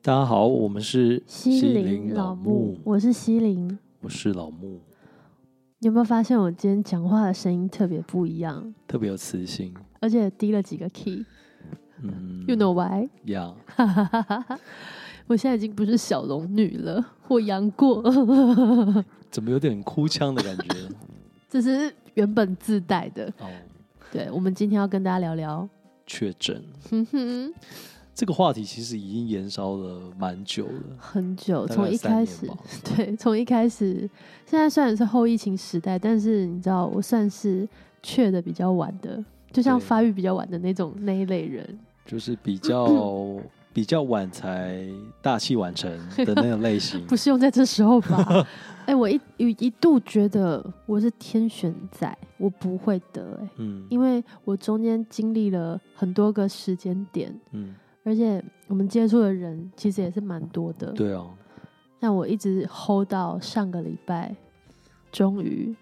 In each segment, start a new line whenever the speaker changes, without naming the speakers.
大家好，我们是
西林老木，我是西林，
我是老木。
你有没有发现我今天讲话的声音特别不一样，
特别有磁性。
而且低了几个 key？
嗯
You know why？
呀，
我现在已经不是小龙女了，或杨过，
怎么有点哭腔的感觉？
这是原本自带的。
哦，
对，我们今天要跟大家聊聊，
确诊
哼哼，
这个话题其实已经延烧了蛮久了，
很久，
大概
从一
三
开
年
始
吧，
对，从一开始，现在虽然是后疫情时代，但是你知道，我算是确的比较晚的，就像
对
发育比较晚的那种那一类人。
就是比 较比较晚才大器晚成的那种类型
不。是用在这时候吧？ 哎、我一一一度觉得我是天选仔，我不会得哎、
嗯
因为我中间经历了很多个时间点，
嗯，
而且我们接触的人其实也是蛮多的。
对啊，
但我一直 hold 到上个礼拜，终于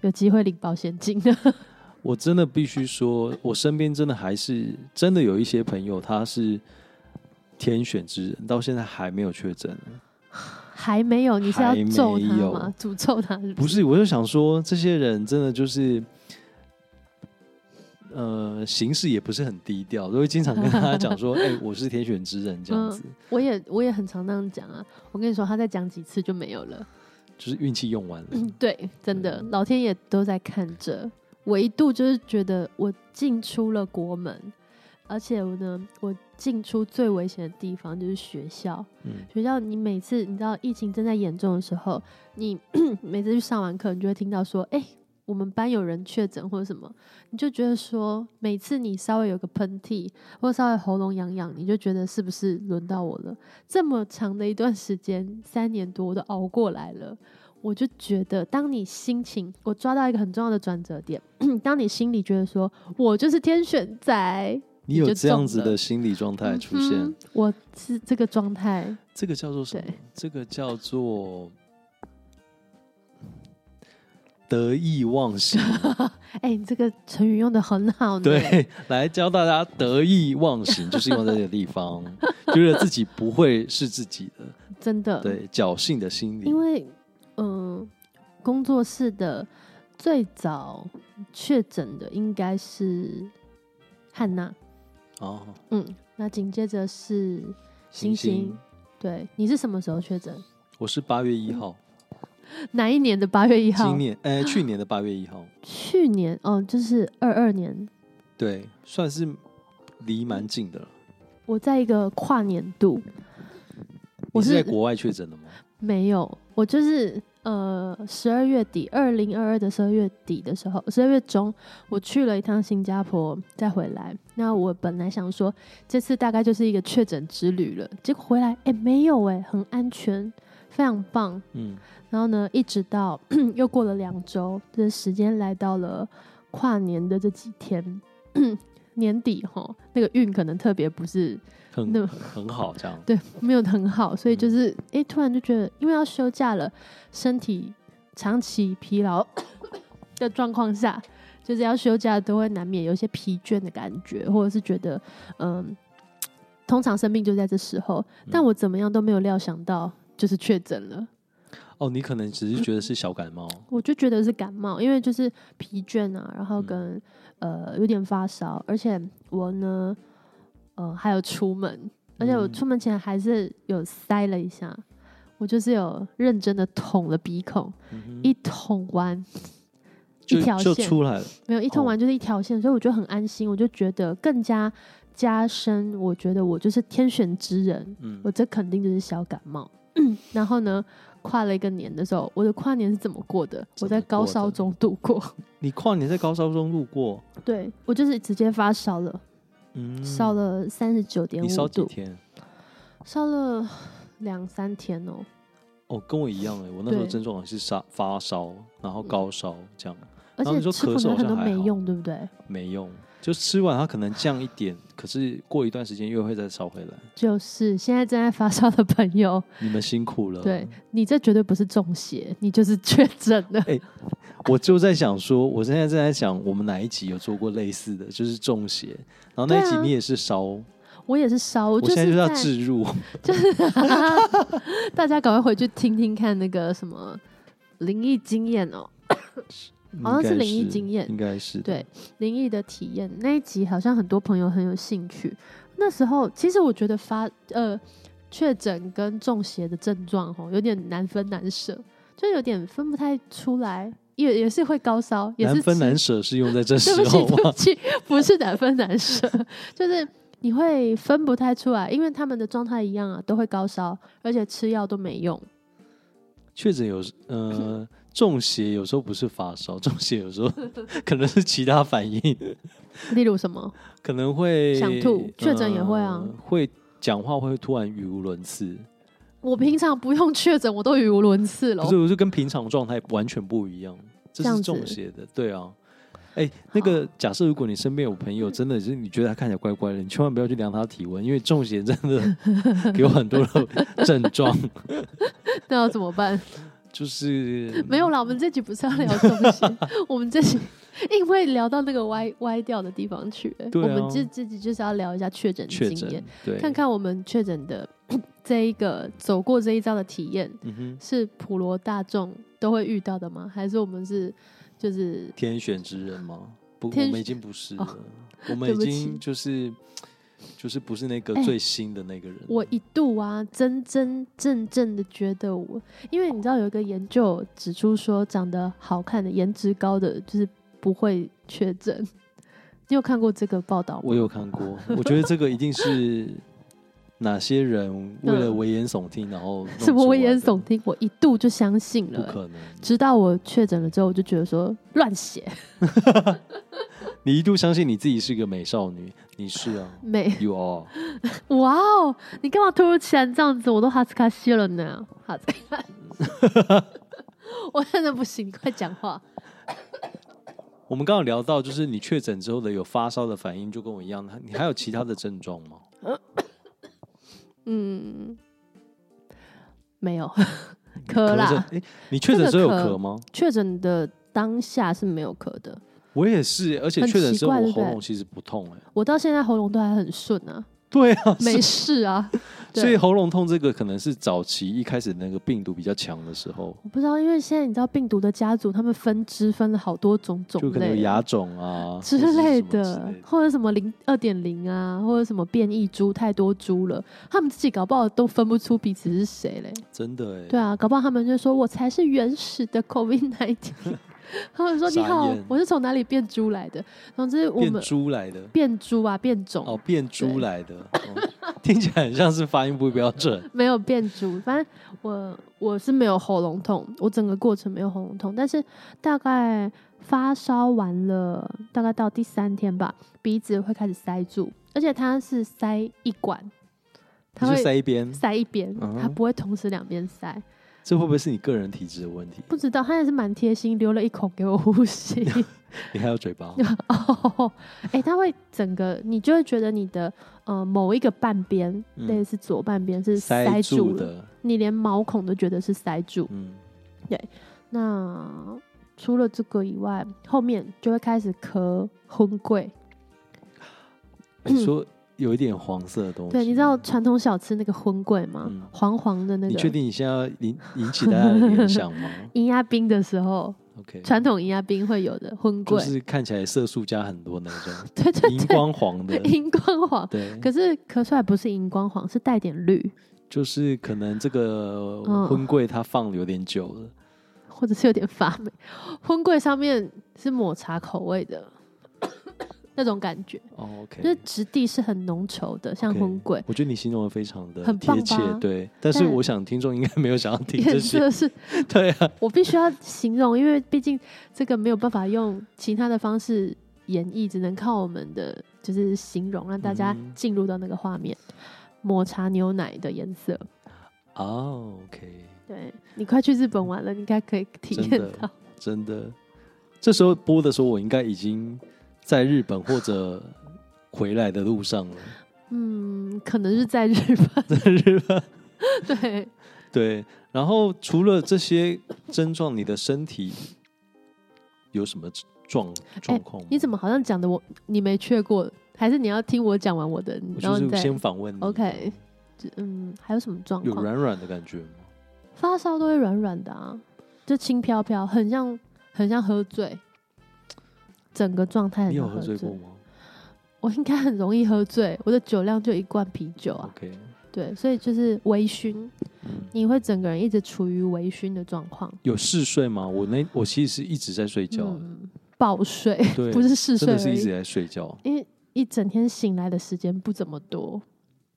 有机会领保险金了。
我真的必须说，我身边真的还是真的有一些朋友，他是天选之人，到现在还没有确诊。
还没有，你是要
还没
揍他
有
吗？诅咒他是
不
不是？
是，我就想说，这些人真的就是，呃，行事也不是很低调，都会经常跟大家 讲说，哎、我是天选之人这样子，
我也我也很常那样讲啊。我跟你说，他再讲几次就没有了。
就是运气用完了。
嗯，对，真的，老天爷都在看着。我一度就是觉得我进出了国门，而且我呢，我进出最危险的地方就是学校。
嗯，
学校，你每次你知道疫情正在严重的时候，你 每次去上完课，你就会听到说，哎、我们班有人确诊或者什么，你就觉得说，每次你稍微有个喷嚏或稍微喉咙痒痒，你就觉得是不是轮到我了？这么长的一段时间，三年多我都熬过来了。我就觉得，当你心情，我抓到一个很重要的转折点。 当你心里觉得说，我就是天选仔
你
就
有这样
中
子
了
的心理状态出现，
嗯哼我是这个状态，
这个叫做什么
对？
这个叫做得意忘 形。
哎、你这个成语用的很好呢。
对，来教大家得意忘 形，就是用在这个地方，觉得自己不会是自己的，
真的。，
对，侥幸的心理
因。为嗯、工作室的最早确诊的应该是汉娜，
哦，
嗯，那紧接着是
星星
星星。对，你是什么时候确诊？
我是八月一号，
哪一年的八月一号？
今 年哎、去年的八月一号，
去年哦，就是二二年。
对，算是离蛮近的了。
我在一个跨年度，
你
我
是
是
在国外确诊的吗？
没有，我就是呃十二月底，二零二二的十二月底的时候，十二月中我去了一趟新加坡，再回来。那我本来想说这次大概就是一个确诊之旅了，结果回来哎、诶没有哎、很安全，非常棒。
嗯，
然后呢，一直到 又过了两周，这时间来到了跨年的这几天。 年底哈，那个运可能特别不是
很
那
很好，这样。
对，没有很好，所以就是哎、诶突然就觉得，因为要休假了，身体长期疲劳 的状况下，就是要休假都会难免有一些疲倦的感觉，或者是觉得嗯，通常生病就在这时候，但我怎么样都没有料想到就是确诊了，
哦，你可能只是觉得是小感冒，
我就觉得是感冒，因为就是疲倦啊，然后
嗯
跟、呃有点发烧，而且我呢，呃还有出门，而且我
嗯
出门前还是有塞了一下，我就是有认真的捅了鼻孔，
嗯哼
一捅完
就
一条
就
线
出来了。
没有一捅
哦
完就是一条线，所以我就很安心，我就觉得更加加深，我觉得我就是天选之人，
嗯
我，这肯定就是小感冒。 然后呢，跨了一个年的时候，我的跨年是怎么过的？我
怎么
在高
过
烧
的
中度过，
你跨年在高烧中度过，
对我就是直接发烧了，
嗯，
烧了三十九点
你烧
五
几
度，
天？
烧了两三天哦。
哦，跟我一样哎，我那时候
对
症状也是烧发烧，然后高烧这样，
而
然后你
且
说
吃
咳
普
嗽
拿
好
疼
像
都
还
没
好
用，对不对？
没用。就吃完它可能降一点，可是过一段时间又会再烧回来。
就是现在正在发烧的朋友，
你们辛苦了。
对你这绝对不是中邪，你就是确诊了。
我就在想说，我现在正在想，我们哪一集有做过类似的，就是中邪，然后那一集
对啊
你也是烧，
我也是烧，我
我
就
现在
是
就是要
在
置入，
大家赶快回去听听看那个什么灵异经验哦，好像
应该是
是灵异经验
应该是的
对，灵异的体验那一集，好像很多朋友很有兴趣。那时候其实我觉得发呃确诊跟中邪的症状哦，有点难分难舍，就有点分不太出来，也也是会高烧，也是
难分
吃
难舍是用在 这时
对不起，
候
对不
吗？
起，不是难分难舍，就是你会分不太出来，因为他们的状态一样啊，都会高烧，而且吃药都没用。
确诊有时呃中邪，有时候不是发烧，中邪有时候 可能是其他反应，
例如什么？
可能会
想吐确诊也会啊
呃会讲话会突然语无伦次，
我平常不用确诊，我都语无伦次了
不。是，我就跟平常状态完全不一样，这
这样
是
子
中邪的，对啊。哎、那个假设，如果你身边有朋友真的是你觉得他看起来怪怪的，你千万不要去量他体温，因为中邪真的 有很多的症 状，
那要怎么办？
就是
没有啦，我们这集不是要聊 东西，我们这集因为聊到那个歪歪掉的地方去、欸
对啊
我们这这集就是要聊一下确诊
确
经
诊
验，，
对，
看看我们确诊的 这一个走过这一遭的体验，
嗯哼，
是普罗大众都会遇到的吗？还是我们是就是
天选之人吗？不，我
天
们已经不是了，
哦
我们已
对不
经
起
就是就是不是那个
哎
最新的那个人。
我一度啊，真真正正的觉得我，因为你知道有一个研究指出说，长得好看的、颜值高的，就是不会确诊。你有看过这个报道吗？
我有看过，我觉得这个一定是哪些人为了
嗯
危言耸听，然后弄
什么
出
危
来
言
的
耸听？我一度就相信
不
了、欸
可能，
直到我确诊了之后，我就觉得说乱写
你一度相信你自己是个美少女，你是啊
美，
，You are。
哇哦！你干嘛突如其然这样子？我都哈斯卡西了呢，哈斯卡西， 我真的不行，快讲话。
我们刚刚有聊到，就是你确诊之后的有发烧的反应，就跟我一样，那你还有其他的症状吗？
嗯，没有咳
咳着
啦，，
哎，你确诊之后有
这个咳
咳吗？
确诊的当下是没有咳的，
我也是，而且
很
确诊
奇
之后
怪
我
对不
喉
对
咙其实不痛，哎，
我到现在喉咙都还很顺啊，
对啊，
没事啊。对
所以喉咙痛这个可能是早期一开始那个病毒比较强的时候，
我不知道，因为现在你知道病毒的家族，他们分支分了好多种种
就可能有
类
牙肿啊
之
或者是
类
什么之
的
类，
或者什么零二点零啊，或者什么变异株太多株了，他们自己搞不好都分不出彼此是谁嘞。
真的哎，
对啊，搞不好他们就说我才是原始的 COVID nineteen，他们说你
傻
好
眼，
我是从哪里变猪来的。总之我
变
们
猪来的
变猪啊，变种、
哦，变猪来的，哦 听起来很像是发音不标 准。
没有变猪，反正我我是没有喉咙痛，我整个过程没有喉咙痛，但是大概发烧完了，大概到第三天吧，鼻子会开始塞住，而且它是塞一管，它
你就
会
塞一边，
塞一边，
嗯
它不会同时两边塞。
这会不会是你个人体质的问题？
不知道，他也是蛮贴心，留了一孔给我呼吸。
你还有嘴 巴，
哦，哎，它会整个，你就会觉得你的呃某一个半边，
嗯
类似左半边是
塞
塞住了，
的，
你连毛孔都觉得是塞住。
嗯，
那除了这个以外，后面就会开始咳昏贵。
你说有一点黄色的东西，
对，你知道传统小吃那个昏贵吗？
嗯
黄黄的那
你确
个。
定你现在要引引起大家的联想 吗
银压冰的时候，
？OK，
传统银压冰会有的昏
就
贵，
是看起来色素加很多那种
对 对
荧光黄的
对，，荧光黄。
对，
可是咳出来不是荧光黄，是带点绿，
就是可能这个
嗯
婚柜它放的有点久了，
或者是有点发霉。昏贵上面是抹茶口 味的那种感觉，
哦，OK，
就是质地是很浓稠的，像
OK
昏贵。
我觉得你形容的非常的
很棒
贴切
吧，
对。但是
但
我想听众应该没有想要听这
颜
些，
色是
对啊，
我必须要形容，因为毕竟这个没有办法用其他的方式演绎，只能靠我们的就是形容，让大家
嗯
进入到那个画面。抹茶牛奶的颜色，
哦，OK，
对你快去日本玩了，你应该可以体验
真的
到。
真的。这时候播的时候，我应该已经在日本或者回来的路上了，
嗯，可能是在日本，
在日本。
对，
对，然后除了这些症状，你的身体有什么状状况吗？
哎你怎么好像讲的我你没去过还是你要听我讲完我的，
我
然
就
后你
是
再
先访问你
OK？这嗯，还有什么状
有
况？
软软的感觉吗？
发烧都会软软的啊，就轻飘飘，很像很像喝醉，整个状态很
你有
像
喝醉
醉
过吗
我应该很容易喝醉，我的酒量就一罐啤酒啊，
？OK，
对，所以就是微醺，
嗯
你会整个人一直处于微醺的状况，
有嗜睡吗？我那我其实是一直在睡觉，
嗯，爆睡，
对，
不是嗜
真
睡
的是
而
一直
已，
在睡觉。
因为一整天醒来的时间不怎么多，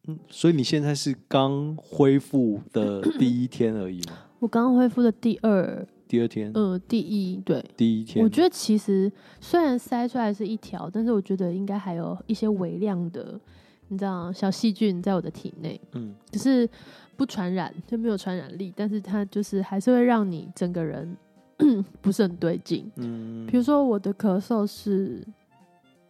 嗯，所以你现在是刚恢复的第一天而已吗？
我刚恢复的第二，
第二天，
呃，第一，对，
第一天，
我觉得其实虽然筛出来是一条，但是我觉得应该还有一些微量的，你知道小细菌在我的体内，
嗯，
只是不传染，就没有传染力，但是它就是还是会让你整个人 不是很对劲。
嗯
比如说我的咳嗽是，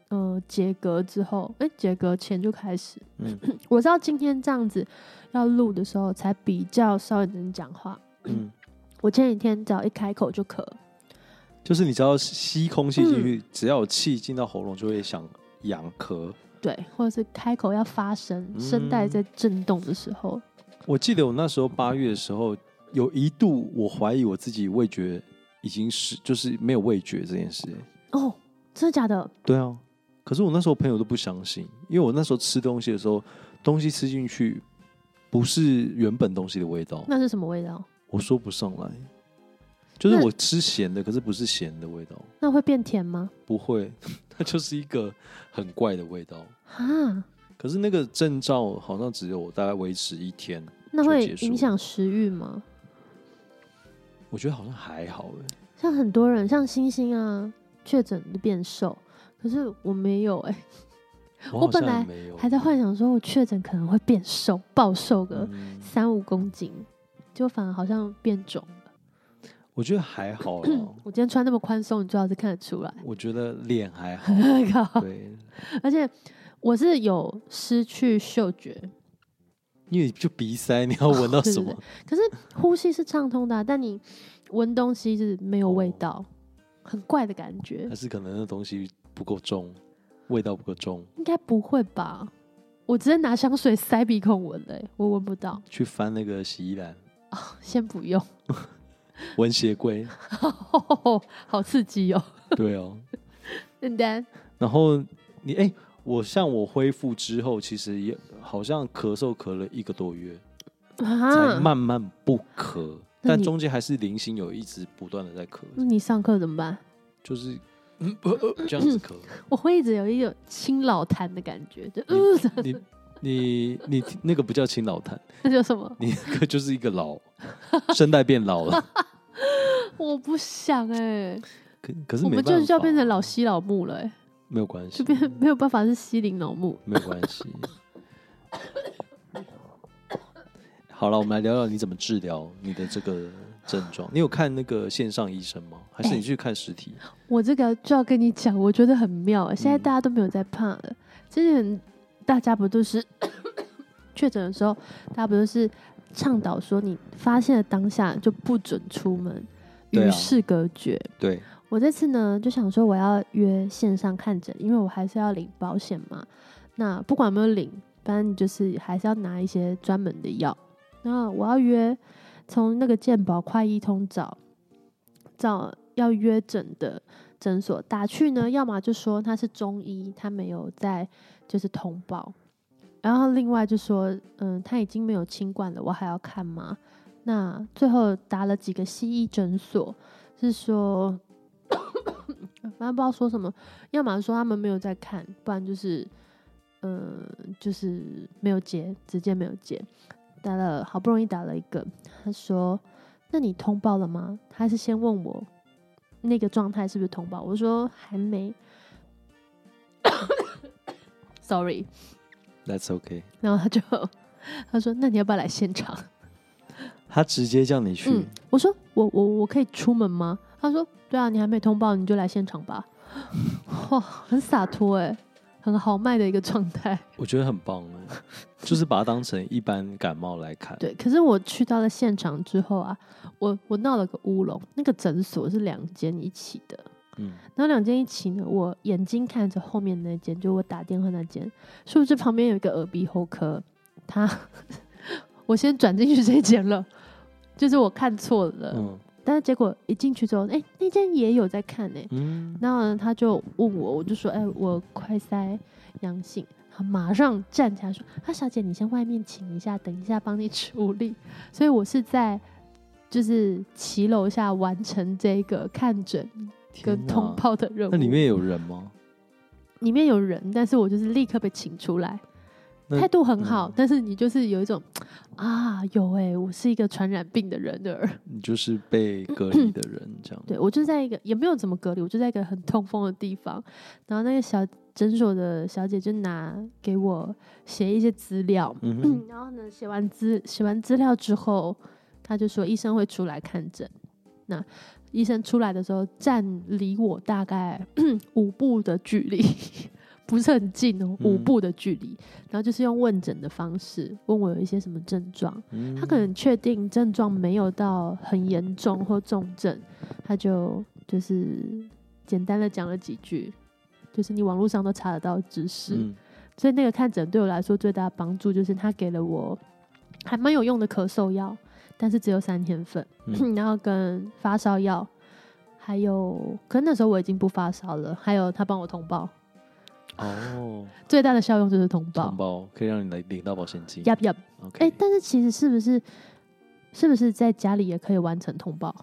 呃，结隔之后，哎、结隔前就开始，
嗯
我知道今天这样子要录的时候才比较稍微能讲话。
嗯，
我前几天只要一开口就咳，
就是你只要吸空气进
嗯
去，只要有气进到喉咙，就会想痒咳。
对，或者是开口要发声，声带
嗯
在震动的时候，
我记得我那时候八月的时候，有一度我怀疑我自己味觉已经是就是没有味觉这件事。
哦，真的假的？
对啊，可是我那时候朋友都不相信，因为我那时候吃东西的时候，东西吃进去不是原本东西的味道，
那是什么味道？
我说不上来。就是
那
我吃咸的，可是不是咸的味道，
那会变甜吗？
不会， 它就是一个很怪的味道。
啊，
可是那个证照好像只有我大概维持一天，
那
就
会
结束
影响食欲吗？
我觉得好像还好哎、
像很多人，像星星啊，确诊就变瘦，可是我没有哎、
我
我
好
本
像也
来
没有
还在幻想说我确诊可能会变瘦，暴瘦个
嗯
三五公斤，结果反而好像变肿了。
我觉得还好啦，
我今天穿那么宽松，你最好是看得出来。
我觉得脸还好，欸
靠
对，
而且我是有失去嗅觉，
因为就鼻塞，你要闻到
对对
什么？
可是呼吸是畅通的啊、但你闻东西是没有味
哦
道，很怪的感觉
还。是可能那东西不够重，味道不够重，
应该不会吧？我直接拿香水塞鼻孔闻嘞、我闻不 到。
去翻那个洗衣篮，
先不用，
闻鞋柜，
好刺激哦！
对哦。
丹丹，
然后你哎、我像我恢复之后，其实也好像咳嗽咳了一个多月，才
啊，
慢慢不咳，
那
但
你嗯
中间还是零星有一直不断的在咳，
那你上课怎么办？
就是嗯呃呃这样子咳。
我会一直有一种清老痰的感觉，就嗯，
你你你你那个不叫轻老痰，
那叫什么？
你那个就是一个老，声带变老 了。
我不想哎、
可可是
我
没
们
办
就是要
法
变成老西老木了、欸，
没有关系
就，变没有办法是西林老木。
没有关系。好了，我们来聊聊你怎么治疗你的这个症状。你有看那个线上医生吗？还是
哎
你去看实体？
我这个就要跟你讲，我觉得很妙、
嗯
欸。现在大家都没有在怕了，之前大家不都是 确诊的时候，大家不都是倡导说你发现了当下就不准出门，
对啊
与世隔绝。
对，
我这次呢就想说我要约线上看诊，因为我还是要领保险嘛。那不管有没有领，反正你就是还是要拿一些专门的药。那我要约从那个健保快医通找找要约诊的诊所打去呢，要么就说他是中医，他没有在就是通报，然后另外就说嗯他已经没有清冠了，我还要看吗？那最后打了几个西医诊所，是说反正不知道说什么，要么说他们没有在看，不然就是，嗯、就是没有接，直接没有接。打了好不容易打了一个，他说：“那你通报了吗？”他是先问我那个状态是不是通报，我说还没。Sorry，
，That's OK。
然后他就 他说：“那你要不要来现场？”
他直接叫你去，
嗯，我说我我我可以出门吗？他说对啊，你还没通报，你就来现场吧。 哇，很洒脱哎、很豪迈的一个状态。
我觉得很棒哎，就是把它当成一般感冒来看。
对，可是我去到了现场之后啊，我我闹了个乌龙。那个诊所是两间一起的，
嗯，
然后两间一起呢，我眼睛看着后面那间，就我打电话那间，殊不知旁边有一个耳鼻喉科，他 我先转进去这间了，就是我看错了，
嗯
但是结果一进去之后，哎、那间也有在看欸呢、
嗯，
然后呢，他就问我，我就说，哎、我快塞阳性。他马上站起来说：“啊，小姐，你先外面请一下，等一下帮你处理。”所以我是在就是骑楼下完成这个看诊跟
嗯天哪
通报的任务。
那里面有人吗？
里面有人，但是我就是立刻被请出来，
那
态度很好，
嗯
但是你就是有一种啊，有哎、我是一个传染病的人的人，
你就是被隔离的人这样。
对我就在一个也没有怎么隔离，我就在一个很通风的地方，然后那个小诊所的小姐就拿给我写一些资料，
嗯哼，
然后呢，写完资写完资料之后，他就说医生会出来看诊。那医生出来的时候，站离我大概 五步的距离， 不是很近哦，五
嗯
步的距离。然后就是用问诊的方式问我有一些什么症状，
嗯
他可能确定症状没有到很严重或重症，他就就是简单的讲了几句，就是你网络上都查得到的知识。
嗯
所以那个看诊对我来说最大的帮助就是他给了我还蛮有用的咳嗽药，但是只有三天份，
嗯
然后跟发烧药，还有可能那时候我已经不发烧了，还有他帮我通报，
哦，
最大的效用就是通报
红。包可以让你来领到保险金。
呀呀，
OK，
哎、但是其实是不是是不是在家里也可以完成通报？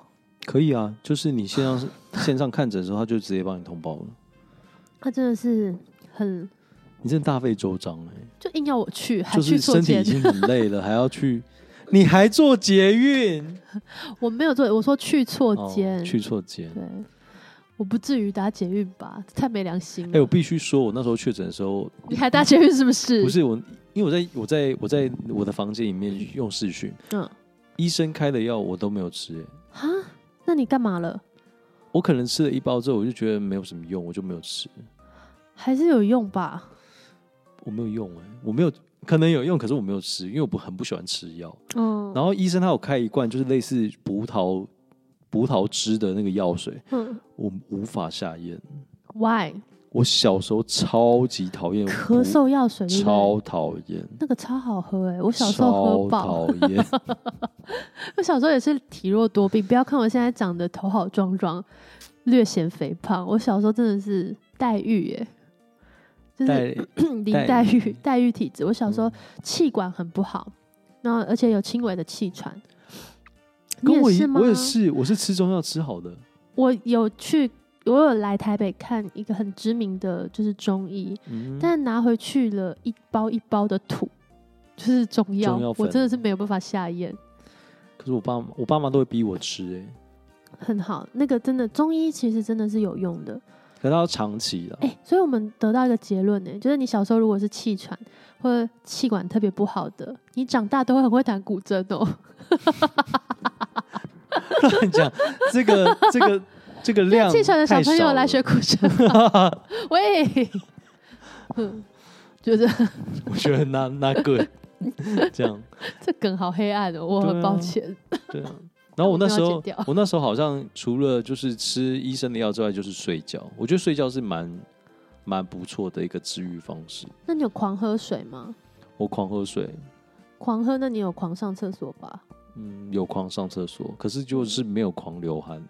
可以啊，就是你线 上线上看诊的时候，他就直接帮你通报了。
他真的是很
你真的大费周章哎、
就硬要我去，还
就
去
是
做
身体
检
已，经很累了，还要去，你还做捷运，
我没有做，我说去错
哦
间，
去错间。
对，我不至于打捷运吧，太没良心了。
哎、我必须说，我那时候确诊的时候，
你还搭捷运是不是？
不，是我，因为我在我在我在我的房间里面用视讯，
嗯，
医生开的药我都没有吃、哎
哈，那你干嘛了？
我可能吃了一包之后，我就觉得没有什么用，我就没有吃，
还是有用吧？
我没有用哎、我没有，可能有用，可是我没有吃，因为我不很不喜欢吃药。
嗯，
然后医生他有开一罐就是类似葡萄葡萄汁的那个药水，
嗯
我无法下咽。
，Why？
我小时候超级讨厌
咳，嗽药水对不对
超讨厌，
那个超好喝哎、我
我
小时候喝
讨
爆，
厌。
我小时候也是体弱多病。不要看我现在长得头好壮壮，略显肥胖，我小时候真的是黛玉耶、就是
带
林
黛
黛
玉
玉 黛玉体质。我小时
嗯
候气管很不好，然后而且有轻微的气喘。你
跟我一
是吗？
我也是，我是吃中药吃好的，
我有去，我有来台北看一个很知名的就是中医，
嗯，
但拿回去了一包一包的土，就是中药，
中药粉
我真的是没有办法下咽。
可是我爸我爸妈都会逼我吃哎、
很好，那个真的中医其实真的是有用的，
可是他要长期的
哎、，所以我们得到一个结论呢、就是你小时候如果是气喘或者气管特别不好的，你长大都会很会弹古筝哦、
乱讲这个这个这个 量
气喘的小
太
朋
少
友来
了
学，古筝吧， 喂， 嗯，就是
我觉得那那个这样。
这梗好黑暗哦、我
对
很
啊
抱歉。
对啊。然后我那时候
我们要剪掉，
我那时候好像除了就是吃医生的药之外，就是睡觉。我觉得睡觉是蛮蛮不错的一个治愈方式。
那你有狂喝水吗？
我狂喝水，
狂喝，那你有狂上厕所吧？
嗯，有狂上厕所，可是就是没有狂流汗。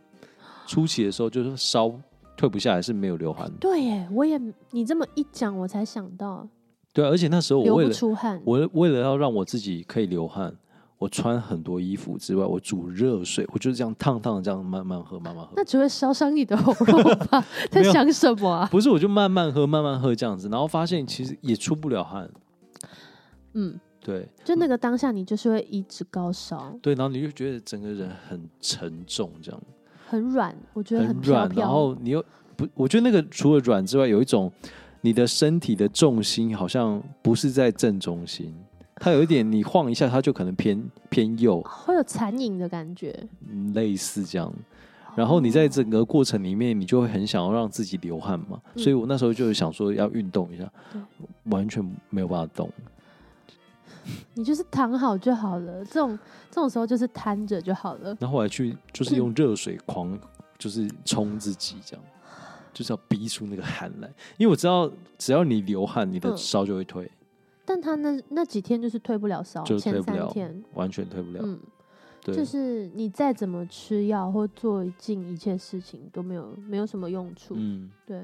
初期的时候就是烧退不下来，是没有流汗。
对耶，我也你这么一讲，我才想到
对啊、而且那时候我
流
为
不
了
出汗。
我为了要让我自己可以流汗，我穿很多衣服之外，我煮热水，我就是这样烫烫的这样慢慢喝，慢慢喝
那。只会烧伤你的喉咙吧？ 在
没有
想什么啊？
不是，我就慢慢喝，慢慢喝这样子，然后发现其实也出不了汗。
嗯，
对，
就那个当下，你就是会一直高烧，
对，然后你就觉得整个人很沉重，这样
很软，我觉得飘
软，
飘。
然后你又不，我觉得那个除了软之外，有一种你的身体的重心好像不是在正中心，它有一点你晃一下，它就可能偏偏右，
会有残影的感觉。
嗯类似这样。
哦
然后你在整个过程里面，你就会很想要让自己流汗嘛，
嗯
所以我那时候就是想说要运动一下
对，
完全没有办法动。
你就是躺好就好了，这种这种时候就是瘫着就好了。
然后后来去就是用热水狂就是冲自己这样，就是要逼出那个汗来。因为我知道，只要你流汗，你的
嗯
烧就会退，
但他那那几天就是退不了烧，
就是退
哦前
不
三
了
天，
完全退不了。
嗯，
对，
就是你再怎么吃药或做尽一切事情都没有没有什么用处，
嗯。
对，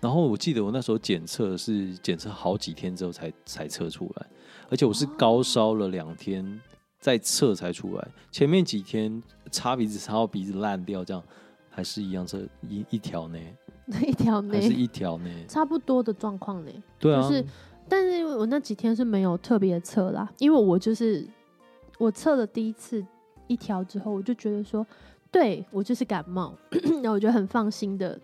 然后我记得我那时候检测是检测好几天之后才才测出来，而且我
哦
是高烧了两天再测才出来，前面几天擦鼻子擦到鼻子烂掉，这样还是一样这一一条呢，
那 一条
还是
内
一条 呢？
差不多的状况呢。
对啊，
就是但是因为我那几天是没有特别测啦，因为我就是我测了第一次一条之后，我就觉得说，对我就是感冒， 然后我觉得很放心的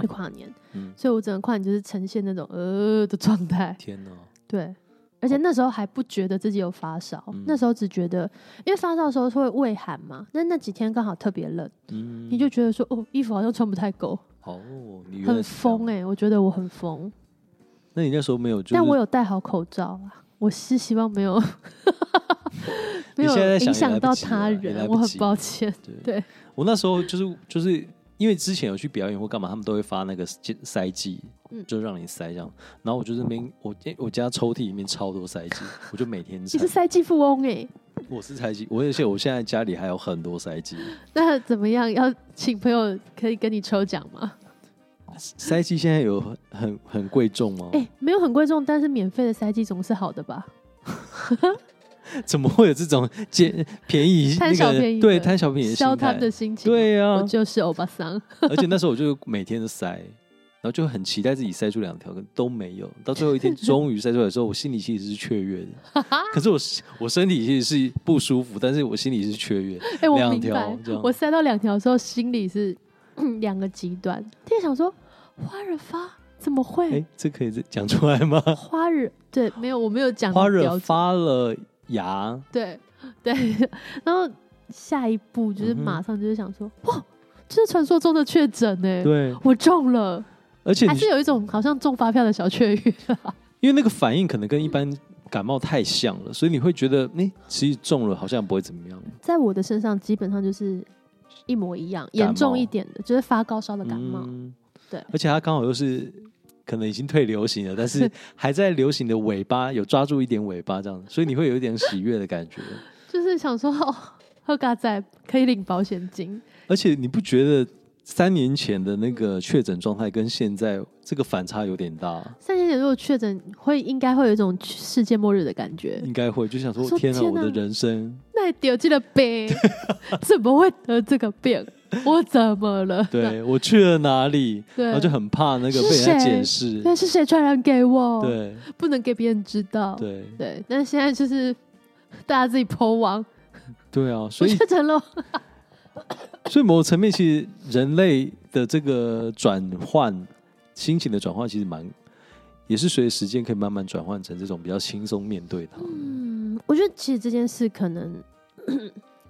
去跨年，
嗯，
所以我整个跨年就是呈现那种呃的状态，
天哦哪，
对。而且那时候还不觉得自己有发烧，
哦嗯
那时候只觉得，因为发烧的时候是会畏寒嘛，那那几天刚好特别冷，
嗯，
你就觉得说，哦，衣服好像穿不太够，
哦，你原来
很
是这样
疯哎、我觉得我很疯。
那你那时候没有，就是
但我有戴好口罩啊，我是希望没有 没
你现在在
有
想也
影响
来不
到
及了
他
也来
人，
不
我很
及
抱歉。
对
对
我那时候就是就是因为之前有去表演或干嘛，他们都会发那个塞剂，
嗯
就让你塞这样。然后我就这边我我家抽屉里面超多 塞剂，我就每天
你
塞
是。赛季富翁哎、
我是塞剂，我而且我现在家里还有很多塞剂，
那怎么样？要请朋友可以跟你抽奖吗？
塞剂现在有很很很贵重哦吗？
哎、没有很贵重，但是免费的赛季总是好的吧？
怎么会有这种捡便宜
贪小
那
便
个
宜
对
的
贪小便宜的
消
心态
贪的心情，、
对啊呀、
我就是欧巴桑。
而且那时候我就每天都塞，然后就很期待自己塞出两条，可都没有。到最后 一天终于塞出来的时候，我心里其实是雀跃的，可是我我身体其实是不舒服，但是我心里是雀跃。
哎、我
两
明
条
白
这样，
我塞到两条的时候，心里是嗯两个极端。天想说，花惹发怎么会？
哎、这可以讲出来吗？
花惹对，没有，我没有讲
花
标
惹
准
发了芽，
对对，然后下一步就是
嗯哼
马上就是想说，哇，这是传说中的确诊呢、
对，
我中了，
而且
还
你
是有一种好像中发票的小啊雀跃。
因为那个反应可能跟一般感冒太像了，所以你会觉得，哎、其实中了好像不会怎么样。
在我的身上基本上就是一模一样，严重一点的就是发高烧的感冒。
嗯
对
而且它刚好又是可能已经退流行了，但 是还在流行的尾巴有抓住一点尾巴这样，所以你会有一点喜悦的感觉。
就是想说哦，喝嘎仔可以领保险金，
而且你不觉得三年前的那个确诊状态跟现在这个反差有点大？
三年前如果确诊会应该会有一种世界末日的感觉，
应该会就想说
说
天啊，
天
我
啊
的人 生
那丢弃了 呗，怎么会得这个病？我怎么了？
对我去了哪里，
对，
然后哦就很怕那个被人家
是谁
检视。
那是谁传染给我？，
对
不能给别人知道。
对
哦对，那现在就是大家自己剖网，
对啊，所
我
以
确诊了。
所以某种层面，其实人类的这个转换，心情的转换，其实蛮也是随着时间可以慢慢转换成这种比较轻松面对它。
嗯，我觉得其实这件事可能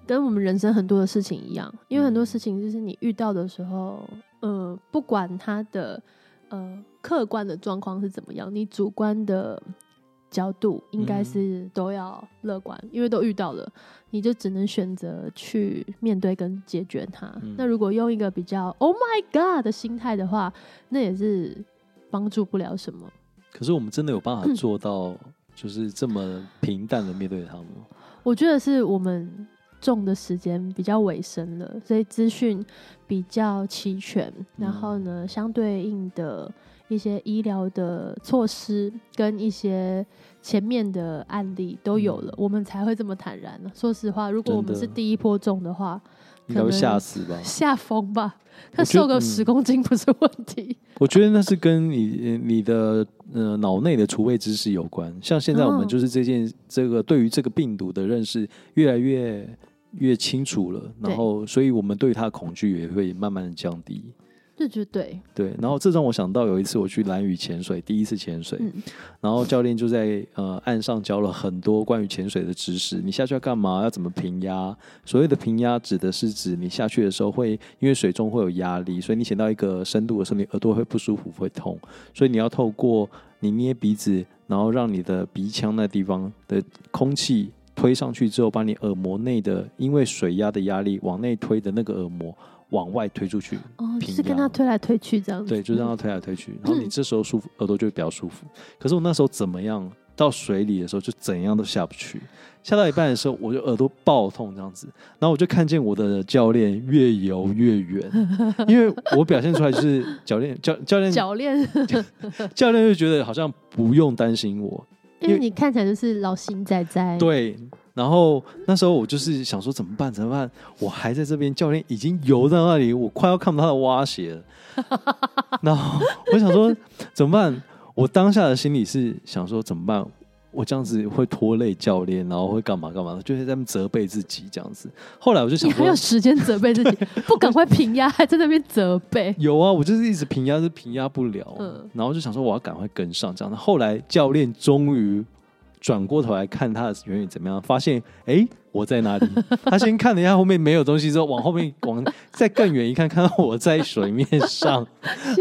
跟我们人生很多的事情一样，因为很多事情就是你遇到的时候，呃，不管它的呃客观的状况是怎么样，你主观的。角度应该是都要乐观，因为都遇到了，你就只能选择去面对跟解决它。
嗯
那如果用一个比较 “Oh my God” 的心态的话，那也是帮助不了什么。
可是我们真的有办
嗯
法做到，就是这么平淡的面对它吗？
我觉得是我们种的时间比较尾声了，所以资讯比较齐全，然后呢，
嗯
相对应的一些医疗的措施跟一些前面的案例都有了，
嗯
我们才会这么坦然呢。说实话，如果我们
真的
是第一波种的 话，
应该会
可能
吓死吧？
下风吧，
我
那
觉得
瘦个
嗯
十公斤不是问题。
我觉得那是跟你呃你的呃脑内的储备知识有关。像现在我们
哦
就是这件、这个对于这个病毒的认识越来越越清楚了，然
对
后所以我们对它的恐惧也会慢慢的降低。
这绝对，
对，然后这让我想到有一次我去蓝屿潜水，第一次潜水，
嗯
然后教练就在呃岸上教了很多关于潜水的知识，你下去要干嘛，要怎么平压。所谓的平压指的是指你下去的时候会因为水中会有压力，所以你潜到一个深度的时候，你耳朵会不舒服，会痛，所以你要透过你捏鼻子，然后让你的鼻腔那地方的空气。推上去之后，把你耳膜内的因为水压的压力往内推的那个耳膜往外推出去，
哦，就
平
是跟他
压
推来推去这样子。
对，就让它推来推去，然后你这时候舒服，耳朵就会比较舒服。可是我那时候怎么样，到水里的时候就怎样都下不去，下到一半的时候我就耳朵爆痛这样子，然后我就看见我的教练越游越远，因为我表现出来就是教练教教 练
脚链，
教练就觉得好像不用担心我，因
因
为
为你看起来就是老心仔仔。，
对。然后那时候我就是想说怎么办怎么办？我还在这边，教练已经游到那里，我快要看不到他的蛙鞋 了。然后我想说怎么办？我当下的心里是想说怎么办？我这样子会拖累教练，然后会干嘛干嘛，就是在那边责备自己这样子。后来我就想
你还
说
有，时间责备 自己，不赶快平压，还在那边责备。
有啊，我就是一直平压，是平压不了。啊
嗯
然后就想说我要赶快跟上这样。后来教练终于转过头来看他的远远怎么样，发现哎、诶我在哪里？他先看了一下后面没有东西，之后往后面往再更远一看，看到我在水面上，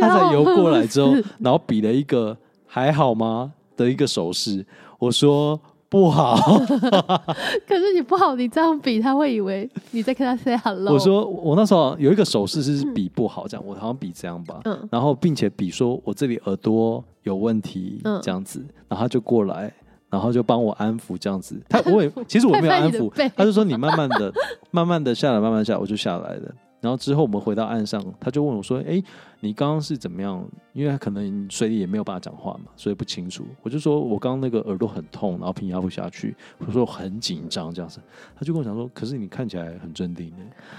他才游过来之后，然后比了一个还好吗的一个手势。我说不好，
可是你不好，你这样比，他会以为你在跟他 say hello。
我，说我那时候有一个手势是比不好，这样我好像比这样吧。
嗯，
然后并且比说我这里耳朵有问题
嗯
这样子，然后他就过来，然后就帮我安抚这样子。 他我也其实我没有
拍拍
安
你的
抚
背，
他就说你慢慢的、 慢慢的下来，慢慢地下来，我就下来了。然后之后我们回到岸上，他就问我说：“哎，你刚刚是怎么样？因为他可能水里也没有办法讲话嘛，所以不清楚。”我就说：“我刚刚那个耳朵很痛，然后平压不下去。”我说：“很紧张这样子。”他就跟我讲说：“可是你看起来很镇定耶。”欸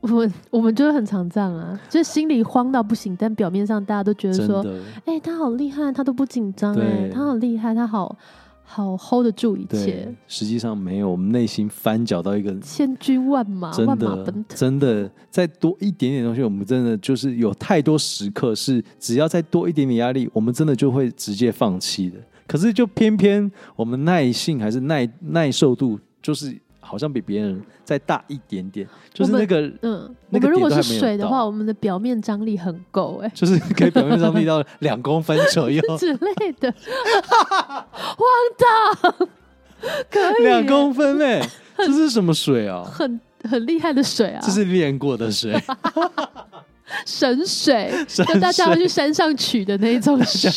我们我们就是很常这样啊，就是心里慌到不行，但表面上大家都觉得
真
说，
的，
哎、他好厉害，他都不紧张
对
哎，他好厉害，他好好 hold 得住一切
对，，实际上没有，我们内心翻搅到一个
千军万马，
真
啊万马
的
奔腾。
真的再多一点点东西，我们真的就是有太多时刻是只要再多一点点压力，我们真的就会直接放弃的。可是就偏偏我们耐性还是耐耐受度，就是好像比别人再大一点点，就是
我
那
们
个
嗯，
那
我
个
们如
点
果
都
是
还没有
水的话，
到
我们的表面张力很够哎、
就是可以表面上力 到两公分左右，
之类的，荒唐，可以
两公分 哎、这是什么水啊？
很很厉害的水啊，
这是练过的水，
神水，
神
就大家要
水
去山上取的那一种 水，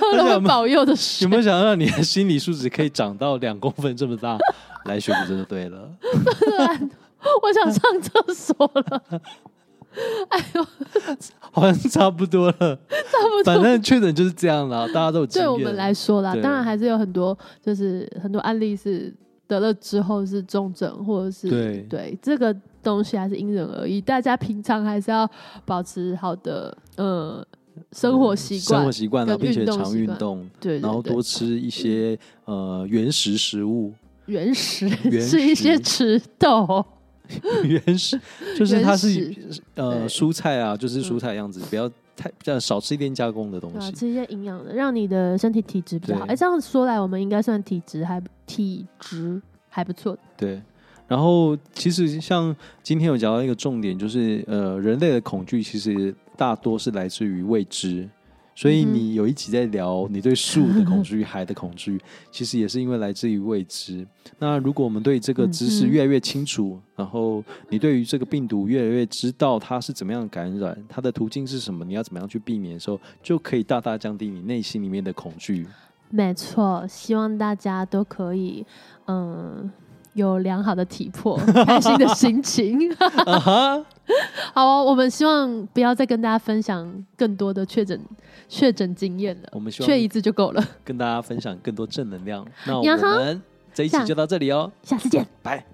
喝了
有
会
没有
保佑 的
有
水
没，有想让你的心理素质可以长到两公分这么 大？来学古筝就对了。
啊我想上厕所 了，
好像差不多了，
差不
反
多。
正确诊就是这样啦，大家都有经
对
验。
我们来说啦，
对啊
当然还是有很多，就是很多案例是得了之后是重症，或者是
对
这个东西还是因人而异。大家平常还是要保持好的呃生活习
生
惯
活，习惯啦，
跟
并且
运动
常
习
运
惯
动，
对嗯
然后
对对
多，吃一些呃原始食物，
原始
原
是一些
始
吃豆，
原始就是
原
它是
始
呃
对
蔬菜啊，就是蔬
嗯
菜的样子，不要太呃少吃一点加工的东
对啊，
西。
吃一些营养的，让你的身体体质比较好。
对
哎、这样说来，我们应该算体质还体质还不错的。
对，然后其实像今天有讲到一个重点，就是呃，人类的恐惧其实大多是来自于未知。所以
嗯哼
你有一集在聊你对树的恐惧、 海的恐惧，其实也是因为来自于未知。那如果我们对这个知识
嗯哼
越来越清楚，然后你对于这个病毒越来越知道它是怎么样感染，它的途径是什么，你要怎么样去避免的时候，就可以大大降低你内心里面的恐惧。
没错，希望大家都可以，嗯，有良好的体 魄，开心的心情。
啊哈，
好、哦，我们希望不要再跟大家分享更多的确诊确诊经验了，
我们希望
确一次就够了。
跟大家分享更多正能量。那我
呀哈
们这一集就到这里哦，
下次见。
拜。